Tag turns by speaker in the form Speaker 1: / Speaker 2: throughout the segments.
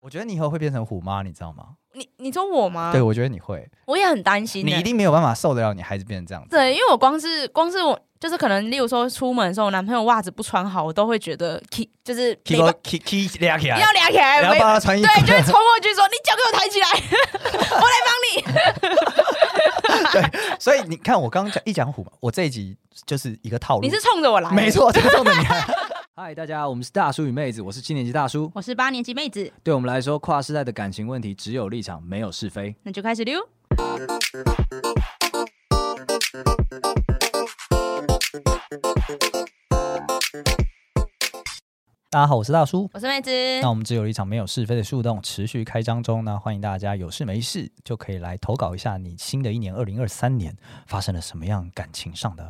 Speaker 1: 我觉得你以后会变成虎妈，你知道吗？
Speaker 2: 你你说我吗？
Speaker 1: 对，我觉得你会，
Speaker 2: 我也很担心、
Speaker 1: 你一
Speaker 2: 欸。
Speaker 1: 定没有办法受得了你孩子变成这样子。
Speaker 2: 对，因为我光是光是我就是可能，例如说出门的时候，我男朋友袜子不穿好，我都会觉得 k 就是
Speaker 1: 踢
Speaker 2: 没
Speaker 1: 到
Speaker 2: 办
Speaker 1: 踢踢俩起来，
Speaker 2: 要俩起来，
Speaker 1: 然后
Speaker 2: 没
Speaker 1: 帮他穿衣服
Speaker 2: 对，， 就会冲过去说：“你脚给我抬起来，我来 帮你。
Speaker 1: 所以你看，我刚刚讲一讲虎嘛，我这一集就是一个套”路。
Speaker 2: 你是冲着我来，
Speaker 1: 没。错，这重的你。 嗨，大家，我们是大叔与妹子，我是七年级大叔。
Speaker 2: 我是八年级妹子，
Speaker 1: 对我们来说，跨世代的感情问题只有立场，没有是非。
Speaker 2: 那就开始溜。
Speaker 1: 大家好，我是大叔。
Speaker 2: 我是妹子，
Speaker 1: 那我们只有立场，没有是非的树洞持续开张中呢，欢迎大家有事没事就可以来投稿一下你新的一年二零二三年发生了什么样感情上的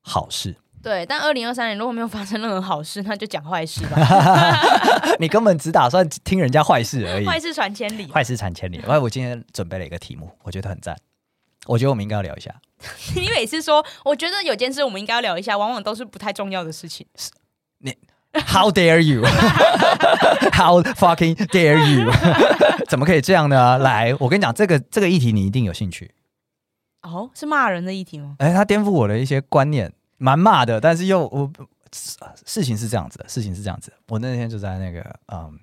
Speaker 1: 好事。
Speaker 2: 对。但二零二三年如果没有发生任何好事，那就讲坏事 吧，
Speaker 1: 你根本只打算听人家坏事而已，
Speaker 2: 坏事传千里。
Speaker 1: 坏事传千里。哎，我今天准备了一个题目，我觉得很赞，我觉得我们应该要聊一下。
Speaker 2: 你每次说，我觉得有件事我们应该要聊一下，往往都是不太重要的事情。
Speaker 1: How dare you? How fucking dare you? 怎么可以这样呢？来，我跟你讲，这个这个议题你一定有兴趣。
Speaker 2: 哦，是骂人的议题吗？
Speaker 1: 哎，他颠覆我的一些观念，蛮骂的，但是又我事事情是这样子的，事情是这样子的。我那天就在那个嗯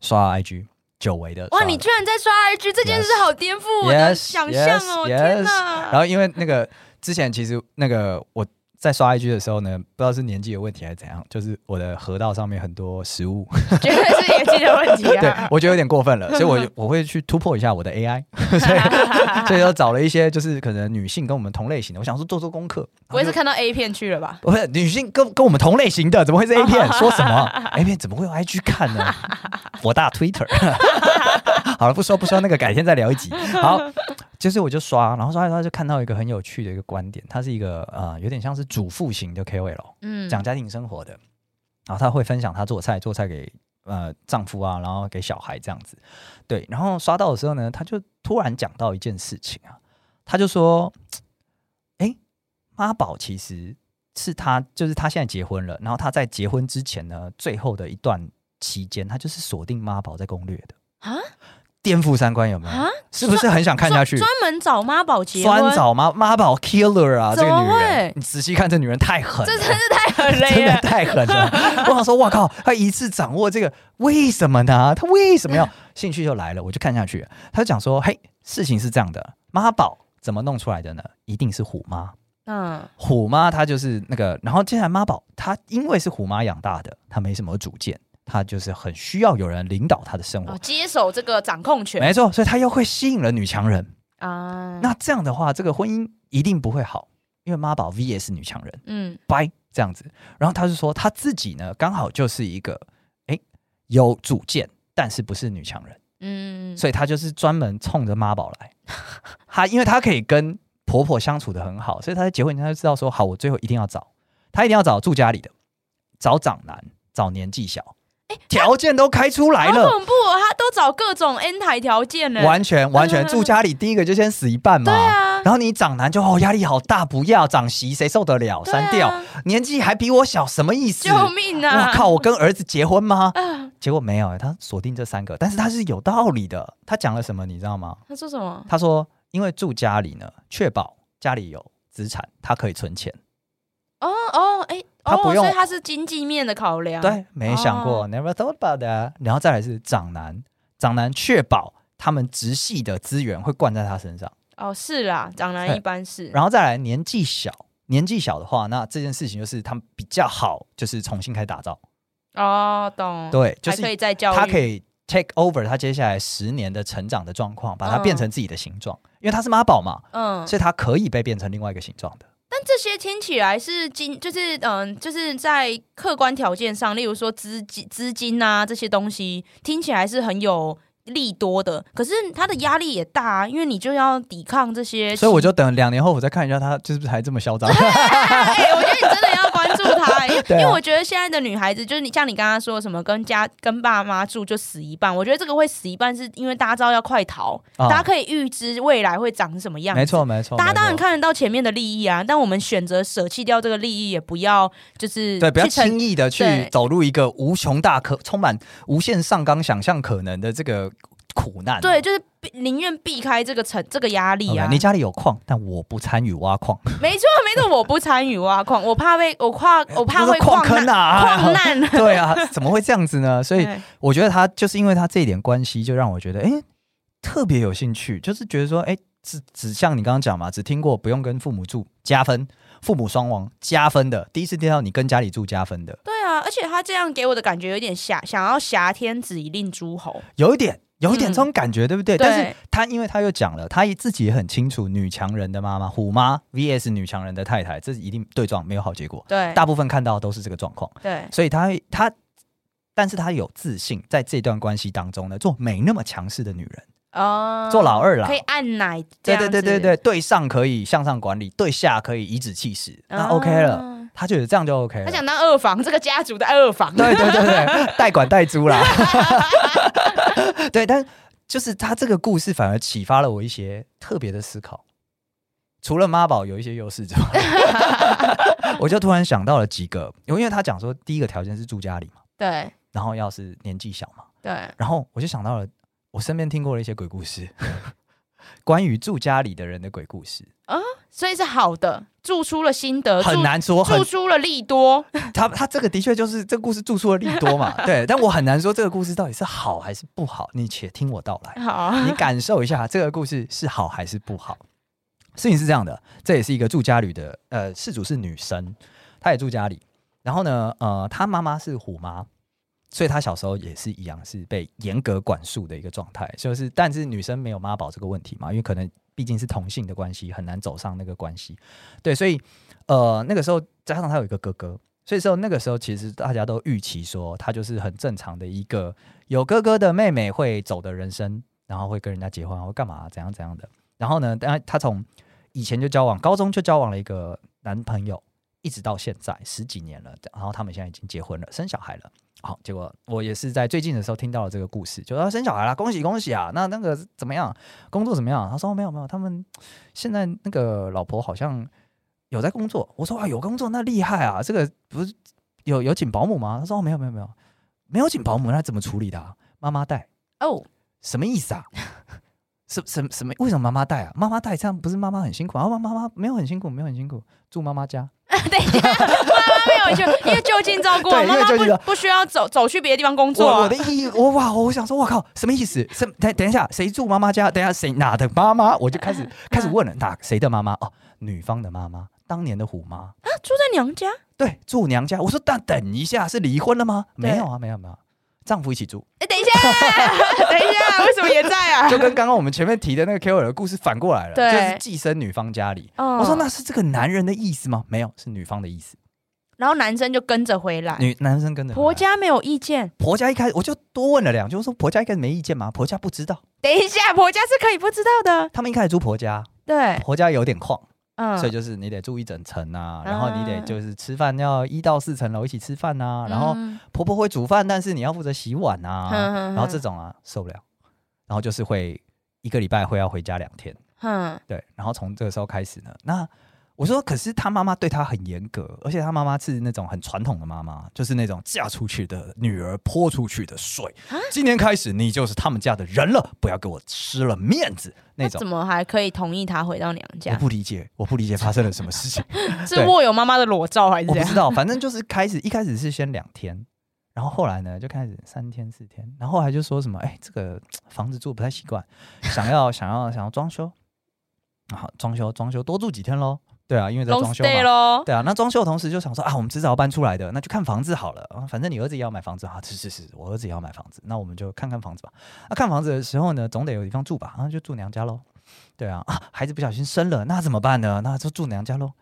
Speaker 1: 刷 IG，久违的
Speaker 2: 哇，
Speaker 1: 刷
Speaker 2: 你
Speaker 1: 了
Speaker 2: 居然在刷 IG 这件事，好颠覆我的
Speaker 1: Yes,
Speaker 2: 想象哦！
Speaker 1: yes,
Speaker 2: 天
Speaker 1: 然
Speaker 2: 哪！
Speaker 1: 后因为那个之前其实那个我在刷 IG 的时候呢，不知道是年纪有问题还是怎样，就是我的河道上面很多食物，
Speaker 2: 绝对是年纪的问题
Speaker 1: 对
Speaker 2: 啊！
Speaker 1: 我觉得有点过分 了，所以我就我会去突破一下我的 AI，所 以所以就找了一些就是可能女性跟我们同类型的，我想说做做功课。
Speaker 2: 不会
Speaker 1: 然
Speaker 2: 是
Speaker 1: 后就
Speaker 2: 看到 A 片去了吧？
Speaker 1: 不是女性跟跟我们同类型的，怎么会是 A 片？说什么 A 片怎么会用 IG 看呢？ 我大 Twitter。好了，不说不说那个，改天再聊一集。 好，就是我就刷，然后刷一刷就看到一个很有趣的一个观点，它是一个呃有点像是主妇型的 KOL，
Speaker 2: 嗯，
Speaker 1: 讲家庭生活的，然后她会分享她做菜，做菜给呃丈夫啊，然后给小孩这样子。对，然后刷到的时候呢，她就突然讲到一件事情啊，她就说：“哎，妈宝其实是她，就是她现在结婚了，然后她在结婚之前呢，最后的一段期间，她就是锁定妈宝在攻略的
Speaker 2: 啊，
Speaker 1: 颠覆三观有没有？
Speaker 2: 啊，
Speaker 1: 是不是很想看下去？”
Speaker 2: 专门找妈宝结婚，
Speaker 1: 酸枣妈妈宝 killer 啊，这
Speaker 2: 怎
Speaker 1: 个
Speaker 2: 么
Speaker 1: 女人
Speaker 2: 会，
Speaker 1: 你仔细看，这女人太狠了，
Speaker 2: 这真是太狠了
Speaker 1: 真的
Speaker 2: 耶！
Speaker 1: 太狠了。我想说，哇靠，他一次掌握这个，为什么呢？他为什么要？兴趣就来了，我就看下去。他就讲说，嘿，事情是这样的，妈宝怎么弄出来的呢？一定是虎妈。
Speaker 2: 嗯，
Speaker 1: 虎妈她就是那个，然后接下来妈宝，她因为是虎妈养大的，她没什么主见，她就是很需要有人领导她的生活
Speaker 2: 哦，。接手这个掌控权
Speaker 1: 没错，所以她又会吸引了女强人。
Speaker 2: 啊。
Speaker 1: 那这样的话，这个婚姻一定不会好，因为妈宝 VS 女强人。
Speaker 2: 嗯，
Speaker 1: 拜这样子。然后他是说他自己呢，刚好就是一个哎、诶有主见，但是不是女强人，
Speaker 2: 嗯，
Speaker 1: 所以他就是专门冲着妈宝 来。他因为他可以跟婆婆相处的很好，所以他在结婚前他就知道说，好，我最后一定要找他，一定要找住家里的，找长男，找年纪小，条件都开出来
Speaker 2: 好
Speaker 1: 了。
Speaker 2: 恐怖哦！他都找各种 N 台条件呢。
Speaker 1: 完全完全
Speaker 2: 嗯
Speaker 1: 住家里，第一个就先死一半嘛。
Speaker 2: 对啊
Speaker 1: 然后你长男就哦压力好大，不要长媳谁受得了？
Speaker 2: 对啊
Speaker 1: 删掉，年纪还比我小，什么意思？
Speaker 2: 救 命啊！
Speaker 1: 我靠，我跟儿子结婚吗？
Speaker 2: 啊！
Speaker 1: 结果没有，哎他锁定这三个，但是他是有道理的。他讲了什么，你知道吗？
Speaker 2: 他说什么？
Speaker 1: 他说，因为住家里呢，确保家里有资产，他可以存钱。
Speaker 2: 哦哦，哎，
Speaker 1: 他不
Speaker 2: 哦，
Speaker 1: 用
Speaker 2: 所以他是经济面的考量。
Speaker 1: 对，没想过、
Speaker 2: 啊哦
Speaker 1: n e v e r thought about that。然后再来是长男，长男确保他们直系的资源会灌在他身上，
Speaker 2: 哦，是啦，长男
Speaker 1: 对
Speaker 2: 一般是。
Speaker 1: 然后再来年纪小。年纪小的话，那这件事情就是他们比较好，就是重新开始打造。
Speaker 2: 哦，懂。，
Speaker 1: 对，就
Speaker 2: 还
Speaker 1: 是
Speaker 2: 可以再教育。
Speaker 1: 他可以 take over 他接下来十年的成长的状况，把它变成自己的形状，因为他是妈宝嘛，
Speaker 2: 嗯，
Speaker 1: 所以他可以被变成另外一个形状的。
Speaker 2: 但这些听起来是经，就是嗯，就是在客观条件上，例如说资金、资金啊这些东西，听起来是很有利多的。可是它的压力也大、啊，因为你就要抵抗这些。
Speaker 1: 所以我就等两年后我再看一下他是不是还这么嚣张。
Speaker 2: 哎、我觉得你真的要观住她、因 为
Speaker 1: 对啊
Speaker 2: 因为我觉得现在的女孩子，就是你像你刚刚说什么跟家跟爸妈住就死一半，我觉得这个会死一半，是因为大家知道要快逃，
Speaker 1: 啊
Speaker 2: 大家可以预知未来会长什么样子
Speaker 1: 没错哦没错，
Speaker 2: 大家当然
Speaker 1: 没错
Speaker 2: 看得到前面的利益啊，但我们选择舍弃掉这个利益，也不要就是
Speaker 1: 对，不要
Speaker 2: 去承
Speaker 1: 轻易的去
Speaker 2: 对
Speaker 1: 走入一个无穷大可充满无限上纲想象可能的这个苦难啊。
Speaker 2: 对，就是避宁愿避开这个成这个压力
Speaker 1: OK，
Speaker 2: 啊。
Speaker 1: 你家里有矿，但我不参与挖矿，
Speaker 2: 没错没错，我不参与 挖矿，我怕被我怕 我怕
Speaker 1: 哎这
Speaker 2: 会
Speaker 1: 是矿
Speaker 2: 难
Speaker 1: 坑啊，
Speaker 2: 矿难。
Speaker 1: 对啊，怎么会这样子呢？所以
Speaker 2: 对
Speaker 1: 我觉得他就是因为他这一点关系，就让我觉得哎、诶特别有兴趣，就是觉得说哎、诶只只像你刚刚讲嘛，只听过不用跟父母住加分，父母双亡加分的，第一次听到你跟家里住加分的，
Speaker 2: 对啊，而且他这样给我的感觉有点狭，想要挟天子以令诸侯。
Speaker 1: 有一点。有一点
Speaker 2: 嗯
Speaker 1: 这种感觉，对不对？
Speaker 2: 对
Speaker 1: 但是他因为他又讲了，他也自己也很清楚，女强人的妈妈虎妈 VS 女强人的太太，这一定对撞没有好结果。
Speaker 2: 对
Speaker 1: 大部分看到的都是这个状况，
Speaker 2: 对
Speaker 1: 所以他他，但是他有自信，在这段关系当中呢，做没那么强势的女人，
Speaker 2: 哦，
Speaker 1: 做老二啦
Speaker 2: 可以，按奶
Speaker 1: 对
Speaker 2: 这样
Speaker 1: 对
Speaker 2: 子，
Speaker 1: 对对对，对上可以向上管理，对下可以颐指气使，那
Speaker 2: 啊
Speaker 1: OK 了，。他觉得这样就 OK
Speaker 2: 他
Speaker 1: 了。
Speaker 2: 想当二房，这个家族的二房。
Speaker 1: 对对对对， 代管代租啦。对，但就是他这个故事反而启发了我一些特别的思考。除了妈宝有一些优势之外， 我就突然想到了几个，因为他讲说第一个条件是住家里嘛，
Speaker 2: 对
Speaker 1: 然后要是年纪小嘛，
Speaker 2: 对，
Speaker 1: 然后我就想到了我身边听过的一些鬼故事， 关于住家里的人的鬼故事，
Speaker 2: 所以是好的，住出了心得，
Speaker 1: 很
Speaker 2: 呃住
Speaker 1: 难说，很
Speaker 2: 住出了利多。
Speaker 1: 他他这个的确就是这个故事住出了利多嘛，对，但我很难说这个故事到底是好还是不好，你且听我道来，
Speaker 2: 好，啊
Speaker 1: 你感受一下这个故事是好还是不好。事情是这样的，这也是一个住家里的，呃，事主是女生，她也住家里，然后呢，呃，她妈妈是虎妈，所以她小时候也是一样是被严格管束的一个状态，就是但是女生没有妈宝这个问题嘛，因为可能毕竟是同性的关系，很难走上那个关系，对，所以呃那个时候加上她有一个哥哥，所以说那个时候其实大家都预期说她就是很正常的一个有哥哥的妹妹会走的人生，然后会跟人家结婚，啊会干嘛怎样怎样的，然后呢，当然她从以前就交往，高中就交往了一个男朋友，一直到现在十几年了，然后他们现在已经结婚了，生小孩了。好，结果我也是在最近的时候听到了这个故事，就说啊生小孩啦，恭喜恭喜啊！那那个怎么样？工作怎么样？他说、哦没有没有，他们现在那个老婆好像有在工作。我说啊，有工作那厉害啊！这个不是有有请保姆吗？他说、哦没有没有没有，没有请保姆，那怎么处理的、啊？妈妈带。
Speaker 2: 哦，
Speaker 1: 什么意思啊？ 什什什么？为什么妈妈带啊？妈妈带这样不是妈妈很辛苦啊？妈妈妈没有很辛苦，没有很辛苦，住妈妈家。
Speaker 2: 等一下，妈妈没有就因为就近照顾啊，
Speaker 1: 对因
Speaker 2: 妈
Speaker 1: 为
Speaker 2: 妈
Speaker 1: 就近照
Speaker 2: 不不需要走走去别的地方工作
Speaker 1: 我
Speaker 2: 啊
Speaker 1: 我的。意义，我哇，我想说，我靠，什么意思？什等等一下，谁住妈妈家？等一下谁哪的妈妈？我就开始开始问了，哪谁的妈妈？哦，女方的妈妈，当年的虎妈，
Speaker 2: 啊住在娘家，
Speaker 1: 对，住娘家。我说，但等一下，是离婚了吗？
Speaker 2: 对
Speaker 1: 没有啊，没有没有，丈夫一起住，
Speaker 2: 哎，等一下，等一下， 为什么也在 啊？
Speaker 1: 就跟刚刚我们前面提的那个 KOL 的故事反过来了，
Speaker 2: 对
Speaker 1: 就是寄生女方家里。
Speaker 2: 嗯
Speaker 1: 我说，那是这个男人的意思吗？没有，是女方的意思。
Speaker 2: 然后男生就跟着回来，
Speaker 1: 女男生跟着回来
Speaker 2: 婆家没有意见。
Speaker 1: 婆家一开始我就多问了两句，我说婆家一开始没意见吗？婆家不知道，
Speaker 2: 等一下，婆家是可以不知道的，
Speaker 1: 他们一开始住婆家，
Speaker 2: 对，
Speaker 1: 婆家有点旷，
Speaker 2: 哎嗯
Speaker 1: 所以就是你得住一整层啊，
Speaker 2: 嗯
Speaker 1: 然后你得就是吃饭要一到四层楼一起吃饭啊，然后
Speaker 2: 嗯
Speaker 1: 婆婆会煮饭，但是你要负责洗碗啊，
Speaker 2: 嗯嗯嗯
Speaker 1: 然后这种啊受不了，然后就是会一个礼拜会要回家两天，
Speaker 2: 嗯
Speaker 1: 对，然后从这个时候开始呢，那我说，可是她妈妈对她很严格，而且她妈妈是那种很传统的妈妈，就是那种嫁出去的女儿泼出去的水，
Speaker 2: 啊
Speaker 1: 今天开始你就是他们家的人了，不要给我失了面子那
Speaker 2: 那
Speaker 1: 种
Speaker 2: 怎。么还可以同意他回到娘
Speaker 1: 我
Speaker 2: 家？
Speaker 1: 不理解，我不理解发生了什么事情，
Speaker 2: 是
Speaker 1: 对
Speaker 2: 握有妈妈的裸照还是
Speaker 1: 我
Speaker 2: 怎
Speaker 1: 不
Speaker 2: 样
Speaker 1: 知？道，反正就是开始一开始是先两天，然后后来呢就开始三天四天，然后后来就说什么，哎、这个房子住不太习惯，想要想要想要装修，啊，装修装修多住几天喽，对啊，因为在
Speaker 2: Long
Speaker 1: 装修嘛
Speaker 2: stay，喽，
Speaker 1: 对啊，那装修的同时就想说啊，我们迟早要搬出来的，那就看房子好了。啊反正你儿子也要买房子啊，是是是，我儿子也要买房子，那我们就看看房子吧。那、看房子的时候呢，总得有地方住吧，然、后就住娘家喽。对啊，啊，孩子不小心生了，那怎么办呢？那就住娘家喽。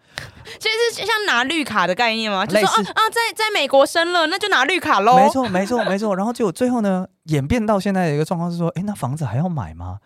Speaker 2: 就是像拿绿卡的概念嘛，就
Speaker 1: 类
Speaker 2: 说
Speaker 1: 似
Speaker 2: 啊啊，在在美国生了，那就拿绿卡喽。
Speaker 1: 没 错，没错，没错。然后结果最后呢，演变到现在的一个状况是说，诶，那房子还要买吗？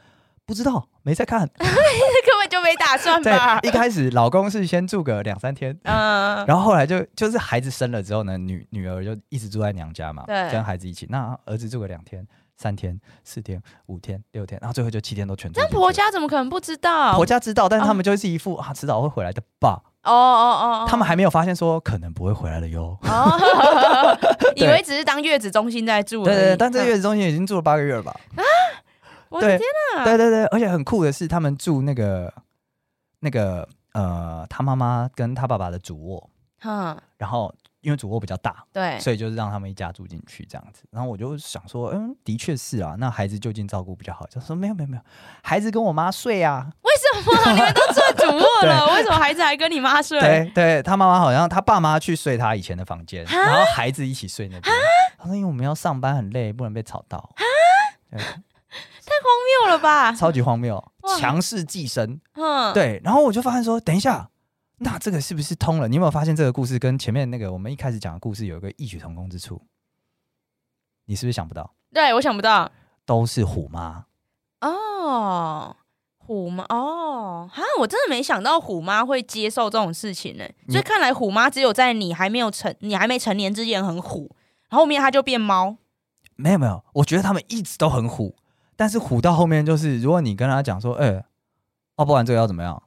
Speaker 1: 不知道，没在看。
Speaker 2: 根本就就没打算
Speaker 1: 在
Speaker 2: 吧？
Speaker 1: 一开始老公是先住个两三天，
Speaker 2: 嗯，
Speaker 1: 然后后来就就是孩子生了之后呢，女女儿就一直住在娘家嘛，
Speaker 2: 对
Speaker 1: 跟孩子一起。那儿子住个两天、三天、四天、五天、六天，然后最后就七天都全住
Speaker 2: 那
Speaker 1: 进去了。
Speaker 2: 婆家怎么可能不知道？
Speaker 1: 婆家知道，但是
Speaker 2: 哦
Speaker 1: 他们就是一副啊，迟早会回来的吧。
Speaker 2: 哦哦哦，
Speaker 1: 他们还没有发现说可能不会回来了哟。
Speaker 2: 哦，以
Speaker 1: 对
Speaker 2: 为只是当月子中心在住而已。
Speaker 1: 对对对，但这
Speaker 2: 嗯
Speaker 1: 月子中心已经住了八个月了吧？
Speaker 2: 我
Speaker 1: 对
Speaker 2: 的天哪！
Speaker 1: 对对对，而且很酷的是，他们住那个那个呃，他妈妈跟他爸爸的主卧，
Speaker 2: 嗯，
Speaker 1: 然后因为主卧比较大，
Speaker 2: 对，
Speaker 1: 所以就是让他们一家住进去这样子。然后我就想说，嗯，的确是啊，那孩子就近照顾比较好。就说没有没有没有，孩子跟我妈睡啊。
Speaker 2: 为什么你们都做主 卧了？为什么孩子还跟你妈睡？
Speaker 1: 对对，他妈妈好像他爸妈去睡他以前的房间，
Speaker 2: 哈
Speaker 1: 然后孩子一起睡那边。他说因为我们要上班很累，不能被吵到。对
Speaker 2: 荒谬了吧？
Speaker 1: 超级荒谬
Speaker 2: 哇，
Speaker 1: 强势寄生。
Speaker 2: 嗯，
Speaker 1: 对，然后我就发现说，等一下。那这个是不是通了？你有没有发现这个故事跟前面那个我们一开始讲的故事有一个异曲同工之处？你是不是想不到？
Speaker 2: 对，我想不到
Speaker 1: 都是虎妈，
Speaker 2: 哦。虎妈哦，哈！我真的没想到虎妈会接受这种事情呢、
Speaker 1: 嗯
Speaker 2: 所以看来虎妈只有在你还没有成、你还没成年之前很虎，然后后面她就变猫。
Speaker 1: 没有没有，我觉得他们一直都很虎，但是虎到后面就是，如果你跟他讲说，哎、哦，不然这个要怎么样，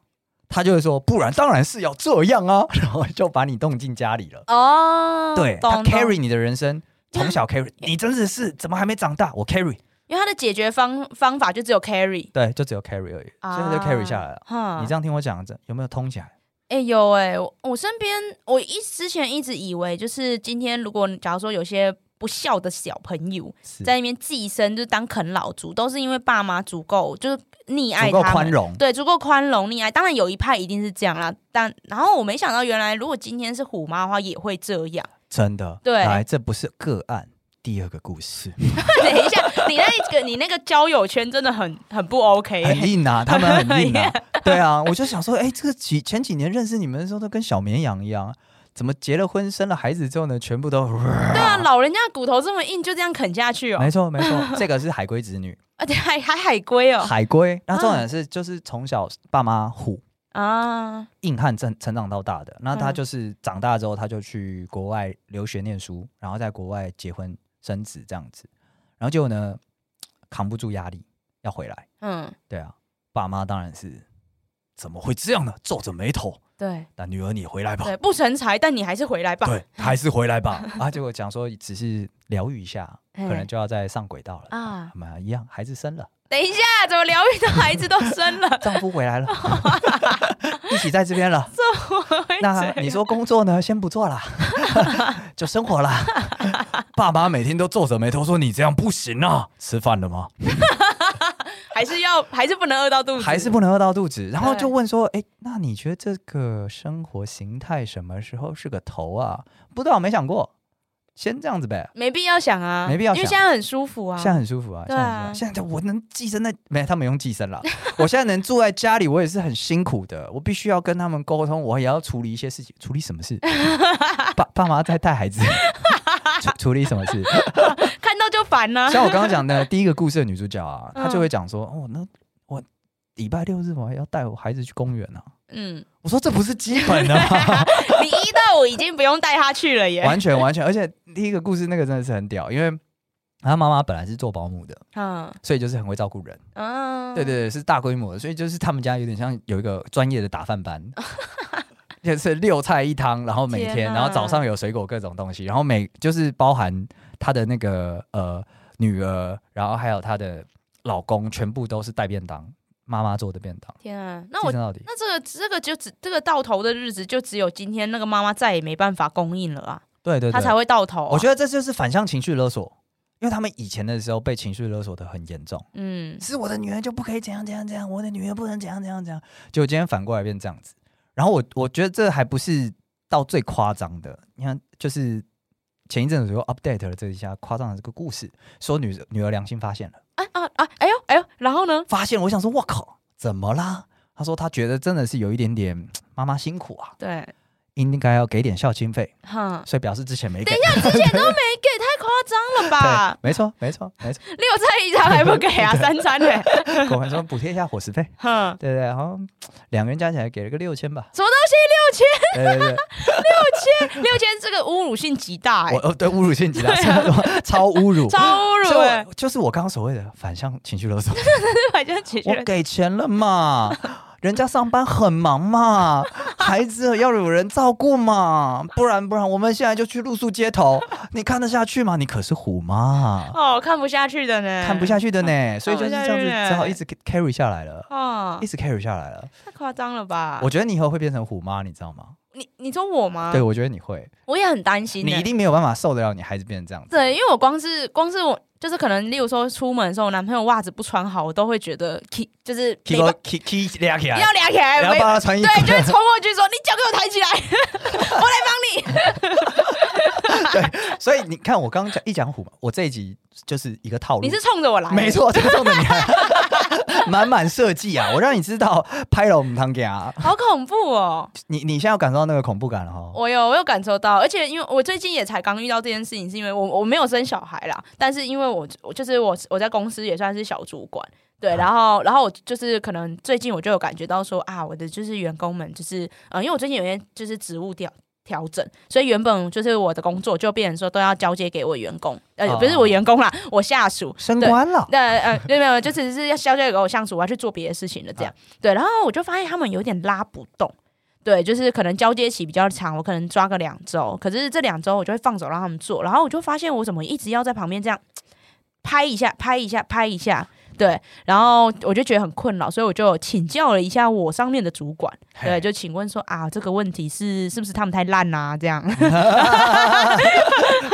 Speaker 1: 他就会说，不然当然是要这样啊， 然后就把你冻进家里了。
Speaker 2: 哦，
Speaker 1: 对他
Speaker 2: 懂懂
Speaker 1: carry 你的人生，从小 carry，你真的是怎么还没长大？我 carry，
Speaker 2: 因为他的解决方方法就只有 carry，
Speaker 1: 对，就只有 carry 而已，所以
Speaker 2: 啊
Speaker 1: 就 carry 下来了。
Speaker 2: 哈
Speaker 1: 你这样听我讲，这有没有通起来？
Speaker 2: 哎、有哎、我我身边我一之前一直以为就是今天如果假如说有些不孝的小朋友
Speaker 1: 是
Speaker 2: 在那边寄生，就是当啃老族，都是因为爸妈足够就是溺爱
Speaker 1: 足够
Speaker 2: 他
Speaker 1: 宽
Speaker 2: 们。
Speaker 1: 容，
Speaker 2: 对，足够宽容溺爱，当然有一派一定是这样啦。但然后我没想到，原来如果今天是虎妈的话，也会这样。
Speaker 1: 真的。
Speaker 2: 对
Speaker 1: 来，这不是个案，第二个故事
Speaker 2: 等一下，你那个你那个交友圈真的很很不 OK，、欸
Speaker 1: 很硬啊，他们很硬啊。对啊，我就想说，哎，这个几前几年认识你们的时候，都跟小绵羊一样，怎么结了婚、生了孩子之后呢，全部都……
Speaker 2: 对啊，老人家的骨头这么硬，就这样啃下去哦。
Speaker 1: 没错，没错，这个是海龟子女，
Speaker 2: 而且还还海龟 哦
Speaker 1: 海龟。那重点是，就是从小爸妈虎。
Speaker 2: 啊，
Speaker 1: 硬汉成成长到大的，那他
Speaker 2: 嗯
Speaker 1: 就是长大之后，他就去国外留学念书，然后在国外结婚生子这样子，然后结果呢，扛不住压力要回来，
Speaker 2: 嗯，
Speaker 1: 对啊，爸妈当然是怎么会这样呢？皱着眉头，
Speaker 2: 对
Speaker 1: 那女儿你回来吧，
Speaker 2: 对，不成才，但你还是回来吧。
Speaker 1: 对，还是回来 吧。啊，结果讲说只是疗愈一下，
Speaker 2: 嘿
Speaker 1: 可能就要再上轨道了
Speaker 2: 啊
Speaker 1: 啊，嘛一样，孩子生了，
Speaker 2: 等一下，怎么疗愈到孩子都生了？
Speaker 1: 丈夫回来了， 一起在这边了。 那你说工作呢？先不做啦， 就生活啦。爸妈每天都皱着眉头说：“你这样不行啊！”吃饭了吗？
Speaker 2: 还是要还是不能饿到肚子？
Speaker 1: 还是不能饿到肚子。然后就问说：“哎，那你觉得这个生活形态什么时候是个头啊？”不知道，没想过，先这样子呗。
Speaker 2: 没必要想啊，
Speaker 1: 没必要想
Speaker 2: 因为现在很舒服啊。
Speaker 1: 现在很舒服啊，
Speaker 2: 对
Speaker 1: 现
Speaker 2: 啊
Speaker 1: 在很舒服现在我能寄生在没他们用寄生啦， 我现在能住在家里，我也是很辛苦的，我必须要跟他们沟通，我也要处理一些事情，处理什么 事？爸爸妈在带孩子， 处处理什么事？
Speaker 2: 看到就烦啊呢、
Speaker 1: 像我刚刚讲的第一个故事的女主角啊，
Speaker 2: 嗯
Speaker 1: 她就会讲说，哦，那我礼拜六日我还要带我孩子去公园啊。
Speaker 2: 嗯，
Speaker 1: 我说这不是基本啊的吗？
Speaker 2: 你一到五已经不用带他去了耶。
Speaker 1: 完全完全，而且第一个故事那个真的是很屌，因为她妈妈本来是做保姆的，
Speaker 2: 嗯
Speaker 1: 所以就是很会照顾人。
Speaker 2: 嗯，
Speaker 1: 对对对，是大规模的，所以就是他们家有点像有一个专业的打饭 班，就是六菜一汤，然后每天，
Speaker 2: 天啊
Speaker 1: 然后早上有水果各种东西，然后每就是包含他的那个呃女儿，然后还有她的老公，全部都是带便当，妈妈做的便当，
Speaker 2: 天啊，那
Speaker 1: 寄
Speaker 2: 我
Speaker 1: 生到底。
Speaker 2: 那这个这个就只这个到头的日子，就只有今天那个妈妈再也没办法供应了啊，
Speaker 1: 对对
Speaker 2: 她才
Speaker 1: 对，
Speaker 2: 会到头啊、
Speaker 1: 我觉得这就是反向情绪勒索，因为他们以前的时候被情绪勒索的很严重。
Speaker 2: 嗯，
Speaker 1: 是我的女儿就不可以怎样怎样怎样，我的女儿不能怎样怎样怎样。结果今天反过来变这样子，然后我我觉得这还不是到最夸张的，你看就是前一阵子我又 update 了这一下夸张的这个故事，说女女儿良心发现了，
Speaker 2: 啊啊啊！哎呦哎呦，然后呢？
Speaker 1: 发现我想说我靠，怎么啦？她说她觉得真的是有一点点妈妈辛苦啊，
Speaker 2: 对，
Speaker 1: 应该要给点孝心费，
Speaker 2: 哼，
Speaker 1: 所以表示之前没给
Speaker 2: 等。一下，啊之前都没给，太夸张了吧
Speaker 1: 对？，没错，没错，没错。
Speaker 2: 六餐一餐还不给 啊，三餐呢？
Speaker 1: 我们说补贴一下伙食费，
Speaker 2: 哼，
Speaker 1: 对对对，好像两个人加起来给了个六千吧。
Speaker 2: 什么东西
Speaker 1: 对对对，
Speaker 2: 六千？六千这个侮辱性极大哎
Speaker 1: 我，哦对侮辱性极大，
Speaker 2: 对啊
Speaker 1: 超侮辱。
Speaker 2: 超侮辱
Speaker 1: 所以
Speaker 2: 哎！
Speaker 1: 我就是我刚刚所谓的反向情绪勒索。
Speaker 2: 反正解
Speaker 1: 我
Speaker 2: 决
Speaker 1: 给钱了嘛， 人家上班很忙嘛， 孩子要有人照顾嘛，不然不然我们现在就去露宿街头，你看得下去吗？你可是虎妈，
Speaker 2: 哦，看不下去的呢，
Speaker 1: 看不下去的呢，所以就是这样子，
Speaker 2: 哎啊看不下去
Speaker 1: 只好一直 carry 下来了，
Speaker 2: 哦
Speaker 1: 一，直 carry 下来了。
Speaker 2: 太夸张了吧？
Speaker 1: 我觉得你以后会变成虎妈，你知道吗？
Speaker 2: 你你说我吗？
Speaker 1: 对，，我觉得你会，
Speaker 2: 我也很担心
Speaker 1: 你
Speaker 2: 呢
Speaker 1: 一。定没有办法受得了你孩子变成这样子。
Speaker 2: 对，因为我光是光是我就是可能，例如说出门的时候，我男朋友袜子不穿好，我都会觉得 k 就是没
Speaker 1: k
Speaker 2: 办
Speaker 1: k k 俩起来，
Speaker 2: 要俩起来，
Speaker 1: 然后
Speaker 2: 没
Speaker 1: 帮他穿衣服
Speaker 2: 对，，就会 冲过去说：“你脚给我抬起来，我来 帮你。
Speaker 1: 所以你看我刚刚讲一讲虎妈，我这一集就是一个 套”路。
Speaker 2: 你是冲着我来，
Speaker 1: 没。错，这个重点你看， 满满设计啊！我让你知道拍了我们汤给啊！
Speaker 2: 好恐怖哦！
Speaker 1: 你你现在有感受到那个恐怖感了哈？
Speaker 2: 我有，我有感受到，而且因为我最近也才刚遇到这件事情，是因为我我没有生小孩啦，但是因为我我就是我我在公司也算是小主管，对，然后然后我就是可能最近我就有感觉到说啊，我的就是员工们就是呃，因为我最近有些就是职务调调整，所以原本就是我的工作就变成说都要交接给我员工，呃，
Speaker 1: 哦
Speaker 2: 不是我员工啦，我下属，
Speaker 1: 升官了，
Speaker 2: 那呃，没有没有，就只是要消掉一个偶像组，我要去做别的事情了，这样。对，然后我就发现他们有点拉不动。对，就是可能交接期比较长，我可能抓个两周，可是这两周我就会放手让他们做，然后我就发现我怎么一直要在旁边这样拍一下、拍一下、拍一下，对，然后我就觉得很困扰，所以我就请教了一下我上面的主管，对，
Speaker 1: 嘿
Speaker 2: 就请问说啊，这个问题是是不是他们太烂啊？这样，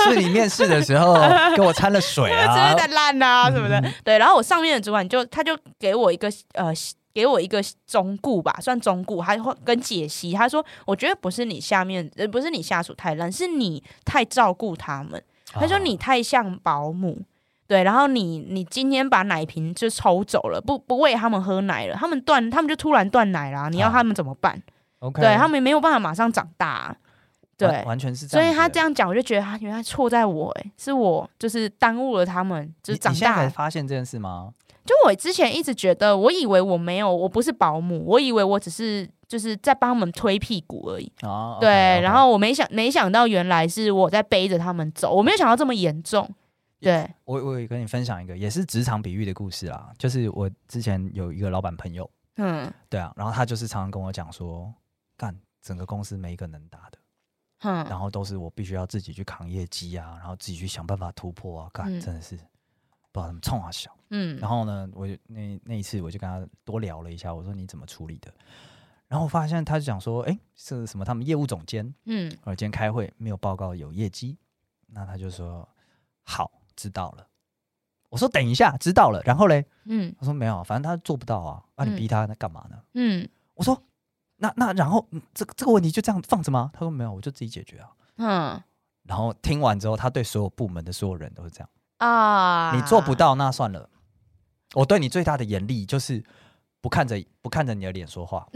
Speaker 1: 是你面试的时 候给我掺了水
Speaker 2: 真
Speaker 1: 啊嗯
Speaker 2: 的在！烂啊什么的。对，然后我上面的主管就他就给我一个呃。给我一个忠固吧，算忠固，还会跟解析。他说：“我觉得不是你下面，呃，不是你下属太烂，是你太照顾他们。他说你太像保姆，对，然后你你今天把奶瓶就抽走了，不不喂他们喝奶了，他们断，他们就突然断奶啦，你要
Speaker 1: 啊
Speaker 2: 他们怎么办？
Speaker 1: 哦，OK，
Speaker 2: 对他们没有办法马上长大啊、对，
Speaker 1: 完完全是这
Speaker 2: 所
Speaker 1: 样子的。
Speaker 2: 以他这样讲，我就觉得他原来错在我、欸，是我就是耽误了他们，就
Speaker 1: 你，
Speaker 2: 是长
Speaker 1: 你现在
Speaker 2: 大
Speaker 1: 才。发现这件事吗？
Speaker 2: 就我之前一直觉得，我以为我没有，我不是保姆，我以为我只是就是在帮他们推屁股而已。
Speaker 1: 啊，
Speaker 2: 对
Speaker 1: OK，OK
Speaker 2: 然后我没想没想到原来是我在背着他们走，我没有想到这么严重。对，
Speaker 1: 我我也跟你分享一个也是职场比喻的故事啦，就是我之前有一个老板朋友，
Speaker 2: 嗯
Speaker 1: 对啊，然后他就是常常跟我讲说，干整个公司没一个能打的。
Speaker 2: 哼，
Speaker 1: 然后都是我必须要自己去扛业绩啊，然后自己去想办法突破啊，干、
Speaker 2: 嗯
Speaker 1: 真的是不知道怎么冲啊小。
Speaker 2: 嗯
Speaker 1: 然后呢，我就那那一次我就跟他多聊了一下，我说你怎么处理的？然后我发现他就讲说，哎，是什么？他们业务总监，
Speaker 2: 嗯
Speaker 1: 呃，今天开会没有报告有业绩，那他就说好，知道了。我说等一下，知道了。然后嘞，
Speaker 2: 嗯
Speaker 1: 他说没有啊，反正他做不到啊，那、你
Speaker 2: 嗯
Speaker 1: 逼他那干嘛呢？
Speaker 2: 嗯
Speaker 1: 我说那那然后嗯这个这个问题就这样放着吗？他说没有，我就自己解决啊。
Speaker 2: 嗯
Speaker 1: 然后听完之后，他对所有部门的所有人都是这样：
Speaker 2: 啊，
Speaker 1: 你做不，到，那算了。我对你最大的严厉就是不看着不看着你的脸说话，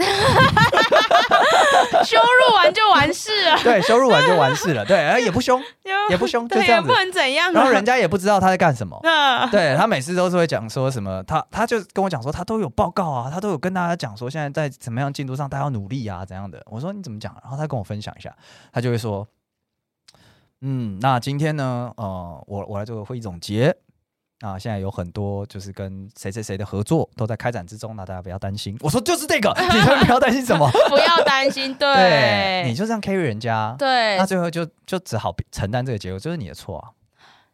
Speaker 2: 羞辱完就完事了，
Speaker 1: 对，羞辱完就完事了，对，哎然后也不凶，也不凶，就
Speaker 2: 对，
Speaker 1: 这
Speaker 2: 也
Speaker 1: 样子
Speaker 2: 不，能怎样啊。
Speaker 1: 然后人家也不知道他在干什么。
Speaker 2: 嗯
Speaker 1: 对他每次都是会讲说什么，他他就跟我讲说他都有报告啊，他都有跟大家讲说现在在怎么样进度上，大家要努力啊怎样的。我说你怎么讲？然后他跟我分享一下，他就会说，嗯，那今天呢，呃，我我来做个会议总结。啊，现在有很多就是跟谁谁谁的合作都在开展之中，那大家不要担心。我说就是这个，你们不要担心什么？
Speaker 2: 不要担心，
Speaker 1: 对，你
Speaker 2: 对，
Speaker 1: 就这样 carry 人家，
Speaker 2: 对
Speaker 1: 啊那，最后就就只好承担这个结果，就是你的错啊。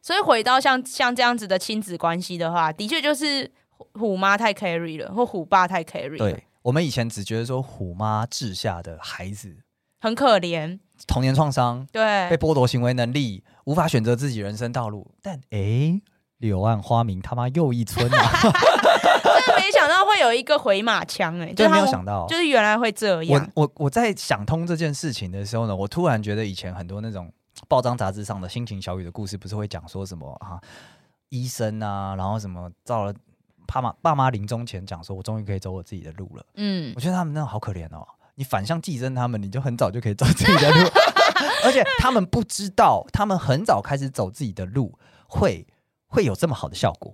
Speaker 2: 所以回到像像这样子的亲子关系的话，的确就是虎虎妈太 carry 了，或虎爸太 carry 了，
Speaker 1: 对，我们以前只觉得说虎妈治下的孩子
Speaker 2: 很可怜。
Speaker 1: 童年创伤，被
Speaker 2: 对，
Speaker 1: 剥夺行为能力，无法选择自己人生道路。但诶，柳暗花明他妈又一村啊！
Speaker 2: 但没想到会有一个回马枪哎、欸，就
Speaker 1: 真的
Speaker 2: 是
Speaker 1: 没
Speaker 2: 他
Speaker 1: 有
Speaker 2: 们
Speaker 1: 想到，
Speaker 2: 就是原来会这
Speaker 1: 我
Speaker 2: 样。
Speaker 1: 我我在想通这件事情的时候呢，我突然觉得以前很多那种报章杂志上的心情小雨的故事，不是会讲说什么啊，医生啊，然后什么到了爸妈爸妈临终前讲说，我终于可以走我自己的路了。
Speaker 2: 嗯
Speaker 1: 我觉得他们那种好可怜哦。你反向寄生他们，你就很早就可以走自己的路， 而且他们不知道，他们很早开始走自己的路会会有这么好的效果。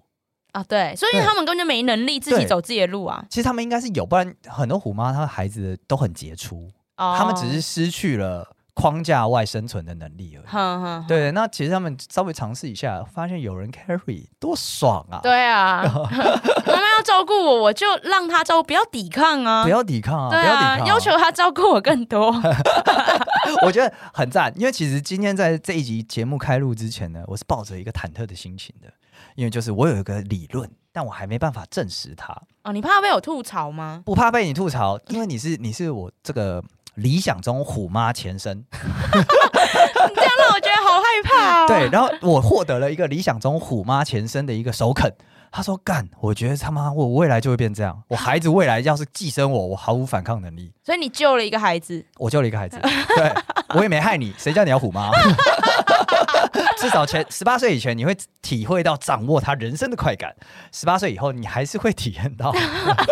Speaker 2: 啊，对，所以
Speaker 1: 对
Speaker 2: 他们根本就没能力自己
Speaker 1: 对
Speaker 2: 走自己的路啊。
Speaker 1: 其实他们应该是有，不然很多虎妈她的孩子都很杰出，
Speaker 2: 哦，
Speaker 1: 他们只是失去了框架外生存的能力而已。
Speaker 2: 哼哼，
Speaker 1: 对，那其实他们稍微尝试一下，发现有人 carry 多爽啊！
Speaker 2: 对 啊，妈妈要照顾我，我就让她照顾，不要抵抗啊，
Speaker 1: 不要抵抗啊！
Speaker 2: 对
Speaker 1: 不要抵
Speaker 2: 啊，
Speaker 1: 抗、啊，
Speaker 2: 要求她照顾我 更多。
Speaker 1: 我觉得很赞，因为其实今天在这一集节目开录之前呢，我是抱着一个忐忑的心情的，因为就是我有一个理论，但我还没办法证实它，
Speaker 2: 哦，你怕被我吐槽吗？
Speaker 1: 不怕被你吐槽，因为你是你是我这个理想中虎妈前身，
Speaker 2: 你这样让我觉得好害怕 哦。
Speaker 1: 对，，然后我获得了一个理想中虎妈前身的一个首肯。他说：“干，我觉得他妈我未来就会变这样，我孩子未来要是寄生我，我毫无反抗能力。
Speaker 2: 所以你救了一个孩子，
Speaker 1: 我救了一个孩子， 对我也没害你，谁叫你要虎妈？ 至少前十八岁以前，你会体会到掌握他人生的快感；十八岁以后，你还是会体验 到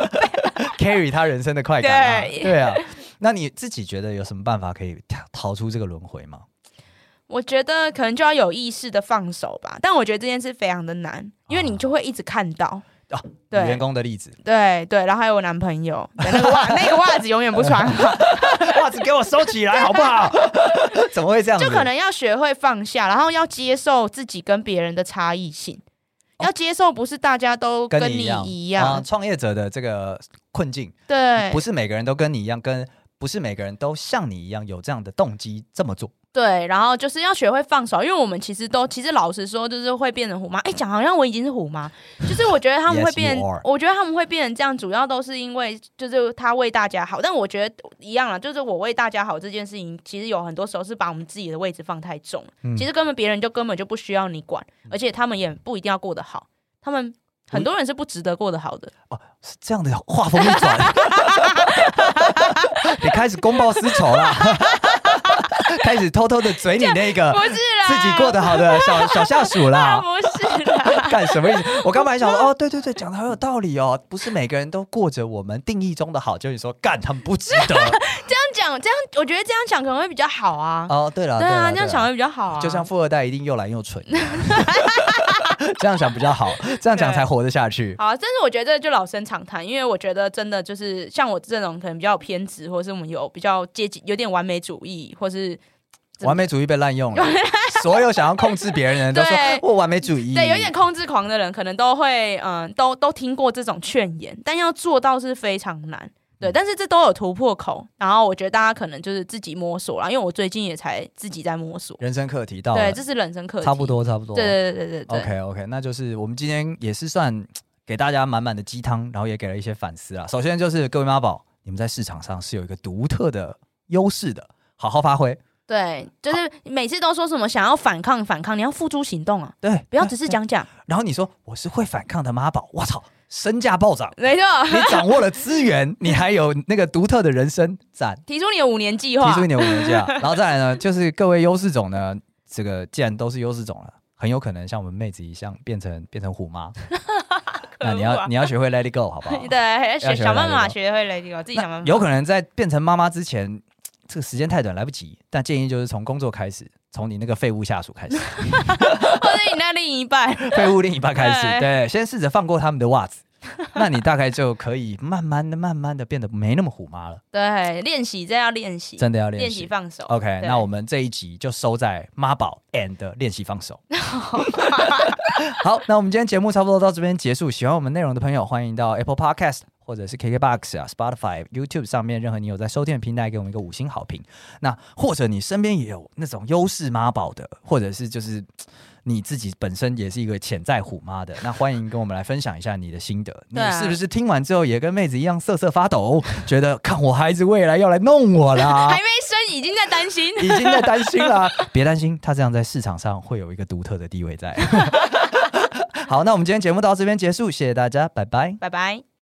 Speaker 1: carry 他人生的快感、啊。
Speaker 2: 对
Speaker 1: 对啊，那你自己觉得有什么办法可以逃逃出这个轮回吗？
Speaker 2: 我觉得可能就要有意识的放手吧。但我觉得这件事非常的难，因为你就会一直看到。
Speaker 1: 啊，你
Speaker 2: 对
Speaker 1: 员工的例子，
Speaker 2: 对对，然后还有我男朋友，对那个 袜那个袜子永远不穿好，
Speaker 1: 袜子给我收起来好不好？ 怎么会这样子？
Speaker 2: 就可能要学会放下，然后要接受自己跟别人的差异性，要接受不是大家都跟
Speaker 1: 跟你
Speaker 2: 你一
Speaker 1: 一啊
Speaker 2: 样，
Speaker 1: 创、业者的这个困境。
Speaker 2: 对，
Speaker 1: 不是每个人都跟你一样，跟不是每个人都像你一样有这样的动机这么做。
Speaker 2: 对，然后就是要学会放手，因为我们其实都其实老实说，就是会变成虎妈。哎，讲好像我已经是虎妈，就是我觉得他们
Speaker 1: Yes,
Speaker 2: 会变
Speaker 1: you are.
Speaker 2: 我觉得他们会变成这样，主要都是因为就是他为大家好。但我觉得一样啦，就是我为大家好这件事情，其实有很多时候是把我们自己的位置放太重了。
Speaker 1: 嗯
Speaker 2: 其实根本别人就根本就不需要你管，而且他们也不一定要过得好，他
Speaker 1: 嗯
Speaker 2: 们很多人是不值得过得好的。
Speaker 1: 是这样的画风一转， 你开始公报私仇 啦，开始偷偷的嘴你那个
Speaker 2: 不是啦，
Speaker 1: 啊自己过得好的 小小下属
Speaker 2: 啊，
Speaker 1: 啦。
Speaker 2: 不是啦。
Speaker 1: 干什么意思？我刚本来想说，哦，对对对，讲的很有道理哦，不是每个人都过着我们定义中的好，就是说干他们不值得。
Speaker 2: 这样讲，这样我觉得这样讲可能会比较好啊。
Speaker 1: 哦，对了，
Speaker 2: 对
Speaker 1: 了
Speaker 2: 啊，这样
Speaker 1: 了
Speaker 2: 想会比较好啊。
Speaker 1: 就像富二代一定又懒又蠢一样， 这样想比较好，这样讲才活得下 去。
Speaker 2: 好啊，但是我觉得这就老生常谈，因为我觉得真的就是像我这种可能比较偏执，或是我们有比较接近有点完美主义，或是真的
Speaker 1: 完美主义被滥 用了，所有想要控制别人的人都说
Speaker 2: 对
Speaker 1: 我完美主义，
Speaker 2: 对有点控制狂的人，可能都会嗯都都听过这种劝言，但要做到是非常难。对，
Speaker 1: 嗯
Speaker 2: 但是这都有突破口，然后我觉得大家可能就是自己摸索啦，因为我最近也才自己在摸索，
Speaker 1: 人生课题到了
Speaker 2: 对，这是人生课题，
Speaker 1: 差不，多差不多。
Speaker 2: 对对对对对
Speaker 1: OK OK，那就是我们今天也是算给大家满满的鸡汤，然后也给了一些反思啊。首先就是各位妈宝，你们在市场上是有一个独特的优势的，好好发挥。
Speaker 2: 对，就是每次都说什么想要反抗反抗，你要付诸行动啊，
Speaker 1: 对，
Speaker 2: 不要
Speaker 1: 对
Speaker 2: 只是
Speaker 1: 对
Speaker 2: 讲讲，
Speaker 1: 然后你说我是会反抗的妈宝，我操，身价暴涨。
Speaker 2: 没错，
Speaker 1: 你掌握了资源，你还有那个独特的人生，赞！
Speaker 2: 提出你的五年计划，
Speaker 1: 提出一点五年假，然后再来呢，就是各位优势种呢，这个既然都是优势种了，很有可能像我们妹子一样变成变成虎妈，那你
Speaker 2: 可恶
Speaker 1: 要
Speaker 2: 啊
Speaker 1: 你要学会 let it go 好 不好？
Speaker 2: 对，
Speaker 1: 哦学
Speaker 2: 学想办法
Speaker 1: 来这
Speaker 2: 学会 Lady 自己想办法。
Speaker 1: 有可能在变成妈妈之前，这个时间太短来不及，但建议就是从工作开始，从你那个废物下属开 始，
Speaker 2: 或者你那另一半，
Speaker 1: 废物另一半开始，
Speaker 2: 对
Speaker 1: 对，先试着放过他们的袜子。那你大概就可以慢慢的、慢慢的变得没那么虎妈了，
Speaker 2: 对，练习这要练习，
Speaker 1: 真的要练
Speaker 2: 练
Speaker 1: 习
Speaker 2: 习。放手。
Speaker 1: OK，
Speaker 2: 对
Speaker 1: 那我们这一集就收在妈宝 and 练习放 手。 好，那我们今天节目差不多到这边结束。喜欢我们内容的朋友，欢迎到 Apple Podcast 或者是 KKBox 啊、Spotify、YouTube 上面任何你有在收听的平台，给我们一个五星好评。那或者你身边也有那种优势妈宝的，或者是就是嘖你自己本身也是一个潜在虎妈的，那欢迎跟我们来分享一下你的心得。你
Speaker 2: 对啊
Speaker 1: 是不是听完之后也跟妹子一样瑟瑟发抖，觉得 看我孩子未来要来弄我啦？
Speaker 2: 还没生，已经在 担心。
Speaker 1: 已经在担心了啊、 别担心，他这样在市场上会有一个独特的 地位在。好，那我们今天节目到这边结束，谢谢大家，拜拜。
Speaker 2: 拜拜。